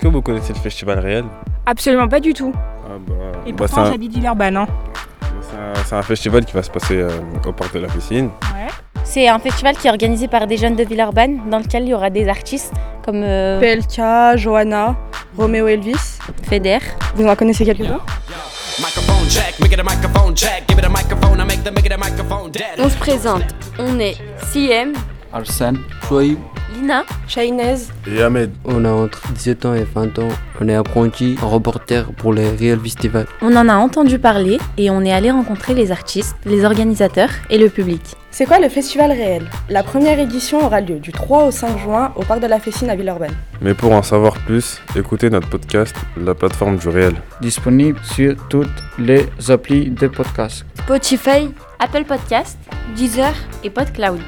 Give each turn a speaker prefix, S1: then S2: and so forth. S1: que vous connaissez le festival réel
S2: Absolument pas du tout.
S1: Ah bah,
S2: Et
S1: bah,
S2: pourtant,
S1: c'est un-
S2: j'habite Villeurbanne. hein.
S1: c'est un, c'est un festival qui va se passer euh, au parc de la piscine.
S3: C'est un festival qui est organisé par des jeunes de Villeurbanne, dans lequel il y aura des artistes comme euh,
S4: PLK, Johanna, Roméo Elvis.
S3: Feder.
S4: Vous en connaissez quelques-uns
S5: Microphone check, make it a microphone check. Give it a microphone, I make the make it a microphone dead.
S6: On se présente, on est CM,
S7: Arsène, Chloé,
S6: Lina,
S4: Chaynez.
S1: Et Ahmed,
S8: On a entre 17 ans et 20 ans. On est apprenti reporter pour les Real Festival.
S3: On en a entendu parler et on est allé rencontrer les artistes, les organisateurs et le public.
S4: C'est quoi le festival réel La première édition aura lieu du 3 au 5 juin au parc de la Fessine à Villeurbanne.
S1: Mais pour en savoir plus, écoutez notre podcast La plateforme du réel.
S7: disponible sur toutes les applis de podcast.
S6: Spotify,
S3: Apple Podcast
S6: Deezer.
S3: et PodCloud.